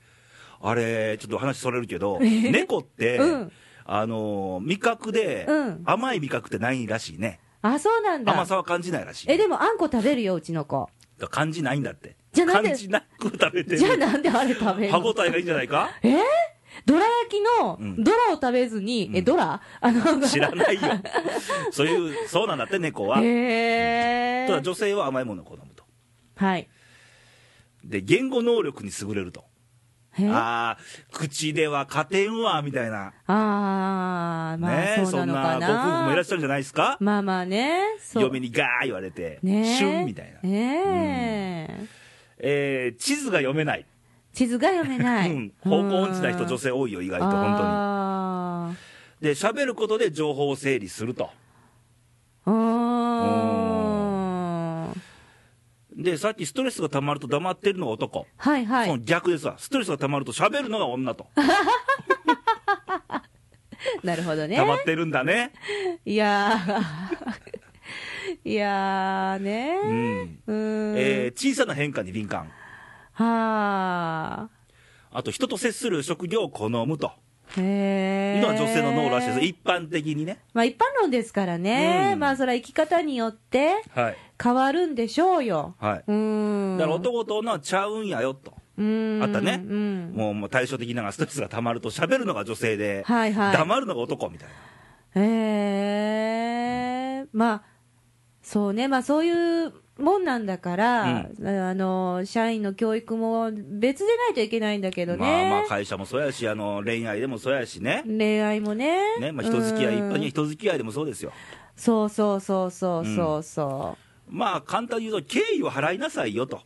[SPEAKER 1] あれ、ちょっと話それるけど、
[SPEAKER 2] え
[SPEAKER 1] 猫って、
[SPEAKER 2] うん
[SPEAKER 1] あのー味覚で、
[SPEAKER 2] うん
[SPEAKER 1] 甘い味覚ってないらしいね。
[SPEAKER 2] あそうなんだ、
[SPEAKER 1] 甘さは感じないらしい。
[SPEAKER 2] え、でもあんこ食べるよ、うちの子。
[SPEAKER 1] 感じないんだって。
[SPEAKER 2] じゃあな
[SPEAKER 1] 感
[SPEAKER 2] んで、
[SPEAKER 1] じなく食べて
[SPEAKER 2] じゃあ
[SPEAKER 1] る。
[SPEAKER 2] なんであれ食べる
[SPEAKER 1] 歯応
[SPEAKER 2] の
[SPEAKER 1] えがいいんじゃない か
[SPEAKER 2] えーどら焼きの
[SPEAKER 1] うん
[SPEAKER 2] ドラを食べずに、え、
[SPEAKER 1] うん
[SPEAKER 2] ドラあの、
[SPEAKER 1] 知らないよ。そういう、そうなんだって、猫は。
[SPEAKER 2] へ
[SPEAKER 1] ただ
[SPEAKER 2] ー。
[SPEAKER 1] 女性は甘いものを好むと。
[SPEAKER 2] はい。
[SPEAKER 1] で、言語能力に優れると。
[SPEAKER 2] えあ
[SPEAKER 1] ああ、口では勝てんわ、みたいな。
[SPEAKER 2] あー、ま
[SPEAKER 1] ね
[SPEAKER 2] あそうなのか
[SPEAKER 1] そんなご夫婦もいらっ
[SPEAKER 2] な。
[SPEAKER 1] しゃるんじゃないですか
[SPEAKER 2] まあまあね、そう。
[SPEAKER 1] 嫁にガー言われて、
[SPEAKER 2] ねえ
[SPEAKER 1] シュンみたいな。
[SPEAKER 2] ねえ
[SPEAKER 1] えー地図が読めない。
[SPEAKER 2] 地図が読めない。
[SPEAKER 1] うん方向音痴な人、女性多いよ、意外と、本
[SPEAKER 2] あ
[SPEAKER 1] 当に。で、喋ることで情報を整理すると。
[SPEAKER 2] ーあー。
[SPEAKER 1] で、さっきストレスが溜まると黙ってるのが男。
[SPEAKER 2] はいは
[SPEAKER 1] そ
[SPEAKER 2] い
[SPEAKER 1] の。逆ですわ。ストレスが溜まると喋るのが女と。
[SPEAKER 2] なるほどね
[SPEAKER 1] 溜。まってるんだね。
[SPEAKER 2] いや ー。いやーね
[SPEAKER 1] う
[SPEAKER 2] ー。
[SPEAKER 1] ん。
[SPEAKER 2] うーん。
[SPEAKER 1] えー小さな変化に敏感。
[SPEAKER 2] は
[SPEAKER 1] あと、人と接する職業を好むと。
[SPEAKER 2] ー。へ
[SPEAKER 1] いう
[SPEAKER 2] ー。
[SPEAKER 1] のは女性の脳らしいです。一般的にね。
[SPEAKER 2] まあ一般論ですからね。
[SPEAKER 1] うん
[SPEAKER 2] まあそれは生き方によって
[SPEAKER 1] はい。
[SPEAKER 2] 変わるんでしょうよ。
[SPEAKER 1] はい。
[SPEAKER 2] うーん。
[SPEAKER 1] だから男と女はちゃうんやよと。
[SPEAKER 2] うーん。
[SPEAKER 1] あったね
[SPEAKER 2] うん。
[SPEAKER 1] もう、もう対照的なのがストレスが溜まると喋るのが女性で、
[SPEAKER 2] はいはい。
[SPEAKER 1] 黙るのが男みたいな。
[SPEAKER 2] えー、まあ、そうね、まあそういうもんなんだから、あの、社員の教育も別でないといけないんだけど
[SPEAKER 1] まあ
[SPEAKER 2] ね。
[SPEAKER 1] まあ会社もそうやし、あの恋愛でもそうやしね。
[SPEAKER 2] 恋愛もね。
[SPEAKER 1] ね、まあ人付き合い、一
[SPEAKER 2] うん
[SPEAKER 1] 般に人付き合いでもそうですよ。
[SPEAKER 2] そうそうそうそうそうそう。
[SPEAKER 1] まあ簡単に言うと、敬意を払いなさいよと。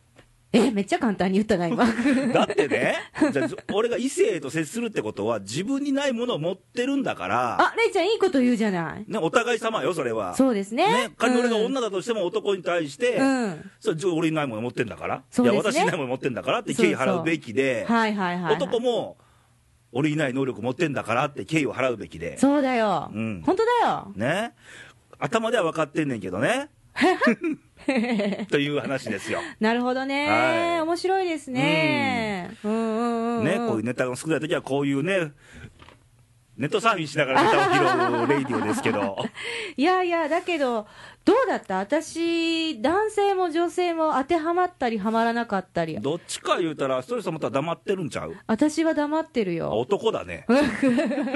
[SPEAKER 2] え、めっちゃ簡単に言ったな、 今。
[SPEAKER 1] だって ね、じゃあ俺が異性と接するってことは、自分にないものを持ってるんだから、
[SPEAKER 2] あ、レイちゃんいいこと言うじゃない。
[SPEAKER 1] ね、お互い様よ、それは。
[SPEAKER 2] そうですね。
[SPEAKER 1] ね、仮に俺が
[SPEAKER 2] うん
[SPEAKER 1] 女だとしても男に対して、
[SPEAKER 2] うん。
[SPEAKER 1] それじゃあ俺にないもの持ってんだから、
[SPEAKER 2] そう
[SPEAKER 1] い
[SPEAKER 2] で
[SPEAKER 1] や
[SPEAKER 2] すね
[SPEAKER 1] 私にないもの持ってんだからって敬意払うべきで、
[SPEAKER 2] はいはいはい。
[SPEAKER 1] 男も俺にない能力持ってんだからって敬意を払うべきで、
[SPEAKER 2] そうだよ。
[SPEAKER 1] うん
[SPEAKER 2] 本当だよ。
[SPEAKER 1] ね、頭では分かってんねんけど ね。という話ですよ、
[SPEAKER 2] なるほどね、
[SPEAKER 1] はい
[SPEAKER 2] 面白いですね。うんうんうん、うん。
[SPEAKER 1] ね、こういうネタが少ないときは、こういうね、ネットサーフィンしながらネタを拾うレイディオですけ ど、
[SPEAKER 2] いやいや、だけど、どうだった私、男性も女性も当てはまったり、はまらなかったり。
[SPEAKER 1] どっちか言うたら、ストレスたまったら黙ってるんちゃう
[SPEAKER 2] 私は黙ってる
[SPEAKER 1] あ
[SPEAKER 2] よ。
[SPEAKER 1] 男だね。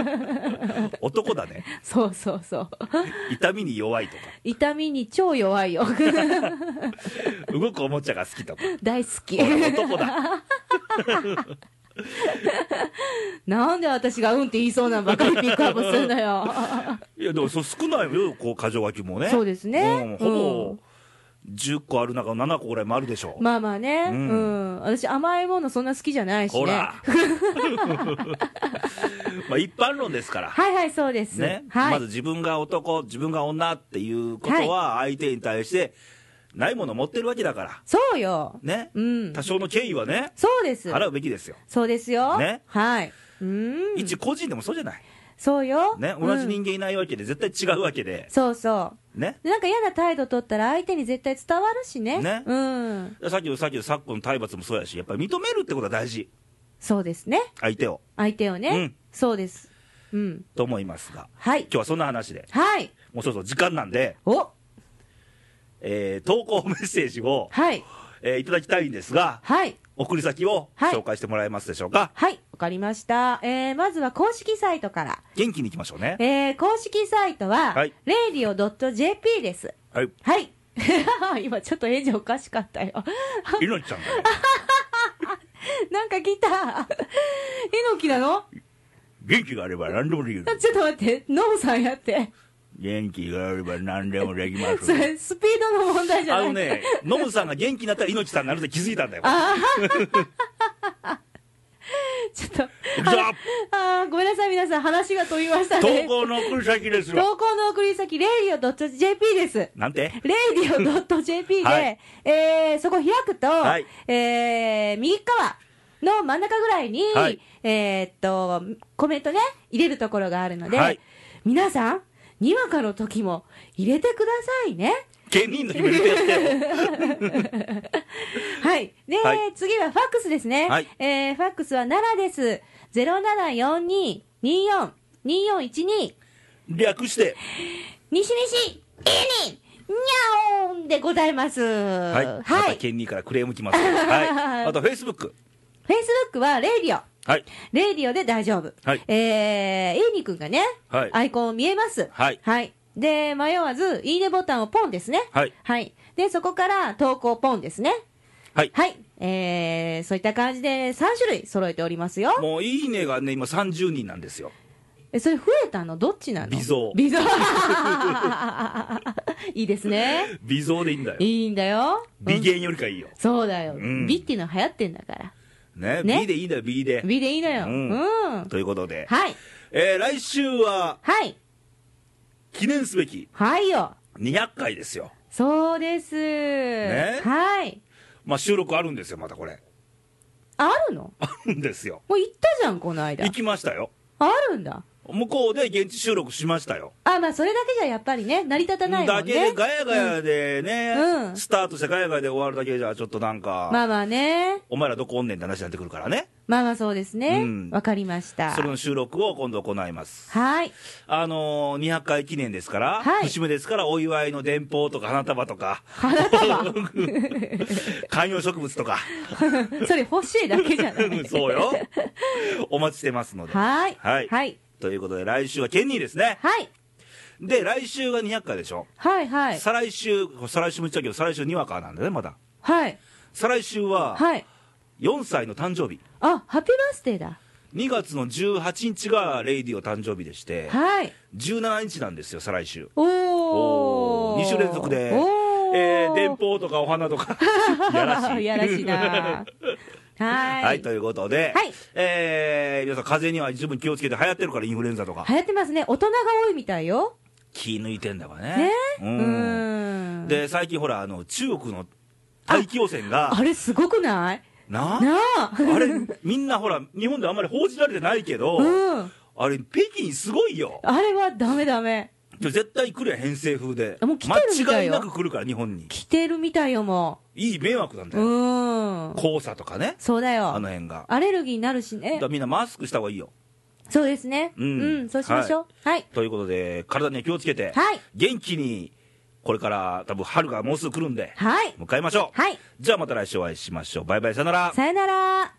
[SPEAKER 1] 男だね。
[SPEAKER 2] そうそうそう。
[SPEAKER 1] 痛みに弱いとか、
[SPEAKER 2] 痛みに超弱いよ。
[SPEAKER 1] 動くおもちゃが好きとか、
[SPEAKER 2] 大好き。
[SPEAKER 1] ほら男だ。
[SPEAKER 2] なんで私がうんって言いそうなのばかりピックアップするのよ。
[SPEAKER 1] いや、でもそう少ないよ、こう、箇条書きもね。
[SPEAKER 2] そうですね
[SPEAKER 1] うんほ
[SPEAKER 2] う
[SPEAKER 1] ぼ、
[SPEAKER 2] ん
[SPEAKER 1] 10個ある中の7個ぐらいもあるでしょう。
[SPEAKER 2] まあまあね、
[SPEAKER 1] う
[SPEAKER 2] う、
[SPEAKER 1] んん
[SPEAKER 2] 私甘いものそんな好きじゃないしね。
[SPEAKER 1] ほら。 まあ一般論ですから。
[SPEAKER 2] はいはい、そうです。
[SPEAKER 1] ね。
[SPEAKER 2] はい。
[SPEAKER 1] まず自分が男、自分が女っていうことは相手に対してないものを持ってるわけだから。
[SPEAKER 2] そうよ。
[SPEAKER 1] ね。
[SPEAKER 2] うん。
[SPEAKER 1] 多少の敬意はね、
[SPEAKER 2] そうです。
[SPEAKER 1] 払うべきですよ。
[SPEAKER 2] そうですよ。
[SPEAKER 1] ね
[SPEAKER 2] はい。うん。
[SPEAKER 1] 一個人でもそうじゃない。
[SPEAKER 2] そうよ。
[SPEAKER 1] ね。同じ
[SPEAKER 2] うん
[SPEAKER 1] 人間いないわけで絶対違うわけで。
[SPEAKER 2] そうそう。
[SPEAKER 1] ね。
[SPEAKER 2] でなんか嫌な態度取ったら相手に絶対伝わるしね。
[SPEAKER 1] ね
[SPEAKER 2] うん。
[SPEAKER 1] さっきのさっきの昨今の体罰もそうやし、やっぱり認めるってことは大事。
[SPEAKER 2] そうですね。
[SPEAKER 1] 相手を。
[SPEAKER 2] 相手をね。
[SPEAKER 1] うん
[SPEAKER 2] そうです。うん。
[SPEAKER 1] と思いますが。
[SPEAKER 2] はい
[SPEAKER 1] 今。日はそんな話で。
[SPEAKER 2] はい。
[SPEAKER 1] もうそろそろ時間なんで、
[SPEAKER 2] お
[SPEAKER 1] えー、投稿メッセージを、
[SPEAKER 2] はい。
[SPEAKER 1] えーいただきたいんですが、
[SPEAKER 2] はい。
[SPEAKER 1] 送り先を
[SPEAKER 2] はい
[SPEAKER 1] 紹介してもらえますでしょうか、
[SPEAKER 2] はい。わかりました。えー、まずは公式サイトから。
[SPEAKER 1] 元気にいきましょうね
[SPEAKER 2] えー、公式サイトは、
[SPEAKER 1] はい
[SPEAKER 2] radio.jp です。
[SPEAKER 1] はい
[SPEAKER 2] はい。 今ちょっと返事おかしかったよ。
[SPEAKER 1] いのちゃんがね
[SPEAKER 2] なんか来た。 えのきなの
[SPEAKER 1] 元気があれば何でもできる
[SPEAKER 2] あちょっと待って、ノブさんやって。
[SPEAKER 1] 元気があれば何でもできま
[SPEAKER 2] そ
[SPEAKER 1] す
[SPEAKER 2] れ、スピードの問題じゃ
[SPEAKER 1] あ
[SPEAKER 2] ない。
[SPEAKER 1] のねノブさんが元気になったら猪木さんになるって気づいたんだよ
[SPEAKER 2] ちょっと。
[SPEAKER 1] 行くぞ
[SPEAKER 2] あーごめんなさい、皆さん、話が飛びましたね
[SPEAKER 1] 投。稿の送り先ですよ
[SPEAKER 2] 投稿の送り先、radio.jp です。
[SPEAKER 1] なんて
[SPEAKER 2] radio.jp で、
[SPEAKER 1] はい
[SPEAKER 2] えーそこ開くと、
[SPEAKER 1] はい
[SPEAKER 2] えー右側の真ん中ぐらいに、
[SPEAKER 1] はい
[SPEAKER 2] えーっと、コメントね、入れるところがあるので、
[SPEAKER 1] はい
[SPEAKER 2] 皆さん、にわかの時も入れてくださいね。
[SPEAKER 1] 芸人の決めるやってよ
[SPEAKER 2] はい。で、
[SPEAKER 1] はい
[SPEAKER 2] 次はファックスですね。
[SPEAKER 1] はい
[SPEAKER 2] えーファックスは奈良です。0742-24-2412。
[SPEAKER 1] 略して
[SPEAKER 2] 西西いいねゃおんでございます。は
[SPEAKER 1] はい、またケンニーからクレームきますよ、はい、あとフェイスブック、
[SPEAKER 2] フェイスブックはレイディオ。
[SPEAKER 1] はい、
[SPEAKER 2] レイディオで大丈夫。
[SPEAKER 1] はい
[SPEAKER 2] えー、エイニー君がね、
[SPEAKER 1] はい
[SPEAKER 2] アイコン見えます。
[SPEAKER 1] はい
[SPEAKER 2] で、迷わず、いいねボタンをポンですね。
[SPEAKER 1] はい、
[SPEAKER 2] で、そこから投稿ポンですね。
[SPEAKER 1] はい、
[SPEAKER 2] はい。えー、そういった感じで3種類揃えておりますよ。
[SPEAKER 1] もういいねがね、今30人なんですよ、
[SPEAKER 2] え、それ増えたのどっちなの
[SPEAKER 1] 微増
[SPEAKER 2] 微増。 いいですね。
[SPEAKER 1] 微増でいいんだよ、
[SPEAKER 2] いいんだよ。
[SPEAKER 1] 微
[SPEAKER 2] うん
[SPEAKER 1] 減よりかいいよ、
[SPEAKER 2] そうだよ。
[SPEAKER 1] うん
[SPEAKER 2] 美っていうのは流行ってんだから。
[SPEAKER 1] ね、
[SPEAKER 2] ね
[SPEAKER 1] 美でいいんだよ、美で。
[SPEAKER 2] 美でいいのよ。
[SPEAKER 1] う
[SPEAKER 2] うんん。
[SPEAKER 1] ということで、
[SPEAKER 2] はい。
[SPEAKER 1] えー来週は
[SPEAKER 2] はい。
[SPEAKER 1] 記念すべき
[SPEAKER 2] はいよ。
[SPEAKER 1] 200回ですよ、
[SPEAKER 2] そうです。はい。
[SPEAKER 1] まあ、収録あるんですよ、またこれ、
[SPEAKER 2] あるの
[SPEAKER 1] あるんですよ、
[SPEAKER 2] もう行ったじゃん、この間
[SPEAKER 1] 行。きましたよ、
[SPEAKER 2] あるんだ。
[SPEAKER 1] 向こうで現地収録しましたよ。
[SPEAKER 2] あ、まあ、それだけじゃやっぱりね、成り立たないも
[SPEAKER 1] だ
[SPEAKER 2] ん
[SPEAKER 1] けで
[SPEAKER 2] ね。
[SPEAKER 1] ガヤガヤでね、
[SPEAKER 2] うんうん
[SPEAKER 1] スタートしてガヤガヤで終わるだけじゃちょっとなんか、
[SPEAKER 2] まあまあね。
[SPEAKER 1] お前らどこおんねんって話になってくるからね
[SPEAKER 2] まあまあそうですね
[SPEAKER 1] うん。
[SPEAKER 2] わ、かりました。
[SPEAKER 1] それの収録を今度行います
[SPEAKER 2] はい。
[SPEAKER 1] あのー、200回記念ですから、
[SPEAKER 2] はい
[SPEAKER 1] 節目ですからお祝いの電報とか花束とか
[SPEAKER 2] 花束。
[SPEAKER 1] 観葉植物とか
[SPEAKER 2] それ欲しいだけじゃない。
[SPEAKER 1] そうよお待ちしてますので
[SPEAKER 2] はい。
[SPEAKER 1] はい
[SPEAKER 2] はい。
[SPEAKER 1] ということで来週はケニーですね
[SPEAKER 2] はい。
[SPEAKER 1] で来週が200回でしょ、
[SPEAKER 2] はい。はい。
[SPEAKER 1] 再来週再来週も言っちゃうけど再来週にわかなんだねまだ
[SPEAKER 2] はい。
[SPEAKER 1] 再来週は
[SPEAKER 2] はい。
[SPEAKER 1] 4歳の誕生日
[SPEAKER 2] あ、ハッピーバースデーだ。
[SPEAKER 1] 2月の18日がレイディオ誕生日でして、
[SPEAKER 2] はい。
[SPEAKER 1] 17日なんですよ、再来週。
[SPEAKER 2] お
[SPEAKER 1] お
[SPEAKER 2] ー。
[SPEAKER 1] ー2週連続で
[SPEAKER 2] おー。
[SPEAKER 1] えー、電報とかお花と か、やらしい。
[SPEAKER 2] やらし いな。はい。
[SPEAKER 1] はい、ということで、
[SPEAKER 2] はい
[SPEAKER 1] えー、皆さん、風邪には十分気をつけて、流行ってるから、インフルエンザとか、
[SPEAKER 2] 流行ってますね。大人が多いみたいよ。
[SPEAKER 1] 気抜いてんだからね。
[SPEAKER 2] ね
[SPEAKER 1] う。
[SPEAKER 2] うんーん。
[SPEAKER 1] で、最近、ほら、あの中国の大気汚染が
[SPEAKER 2] あ、れすごくない
[SPEAKER 1] な
[SPEAKER 2] なあ。
[SPEAKER 1] あれ、みんなほら、日本であんまり報じられてないけど、
[SPEAKER 2] うん。
[SPEAKER 1] あれ、北京すごいよ。
[SPEAKER 2] あれはダメダメ。
[SPEAKER 1] 今日絶対来るやん、偏西風で。
[SPEAKER 2] あもう来てるみ
[SPEAKER 1] 間
[SPEAKER 2] た
[SPEAKER 1] 違
[SPEAKER 2] い
[SPEAKER 1] い
[SPEAKER 2] よ
[SPEAKER 1] なく来るから、日本に。
[SPEAKER 2] 来てるみたいよ、も
[SPEAKER 1] いい迷惑なん
[SPEAKER 2] う。
[SPEAKER 1] だ
[SPEAKER 2] う
[SPEAKER 1] よ、
[SPEAKER 2] ーん。
[SPEAKER 1] 黄砂とかね、
[SPEAKER 2] そうだ
[SPEAKER 1] あ
[SPEAKER 2] よ
[SPEAKER 1] の。辺が。
[SPEAKER 2] アレルギーになるし
[SPEAKER 1] だ
[SPEAKER 2] ね
[SPEAKER 1] から。みんなマスクした方がいいよ。
[SPEAKER 2] そうですね。
[SPEAKER 1] う
[SPEAKER 2] うんん、そうしましょう。はい。
[SPEAKER 1] ということで、体には気をつけて、
[SPEAKER 2] はい
[SPEAKER 1] 元気に、これから多分春がもうすぐ来るんで、
[SPEAKER 2] はい。
[SPEAKER 1] 迎えましょう。
[SPEAKER 2] はい。
[SPEAKER 1] じゃあまた来週お会いしましょう。バイバイ、さよなら。
[SPEAKER 2] さよなら。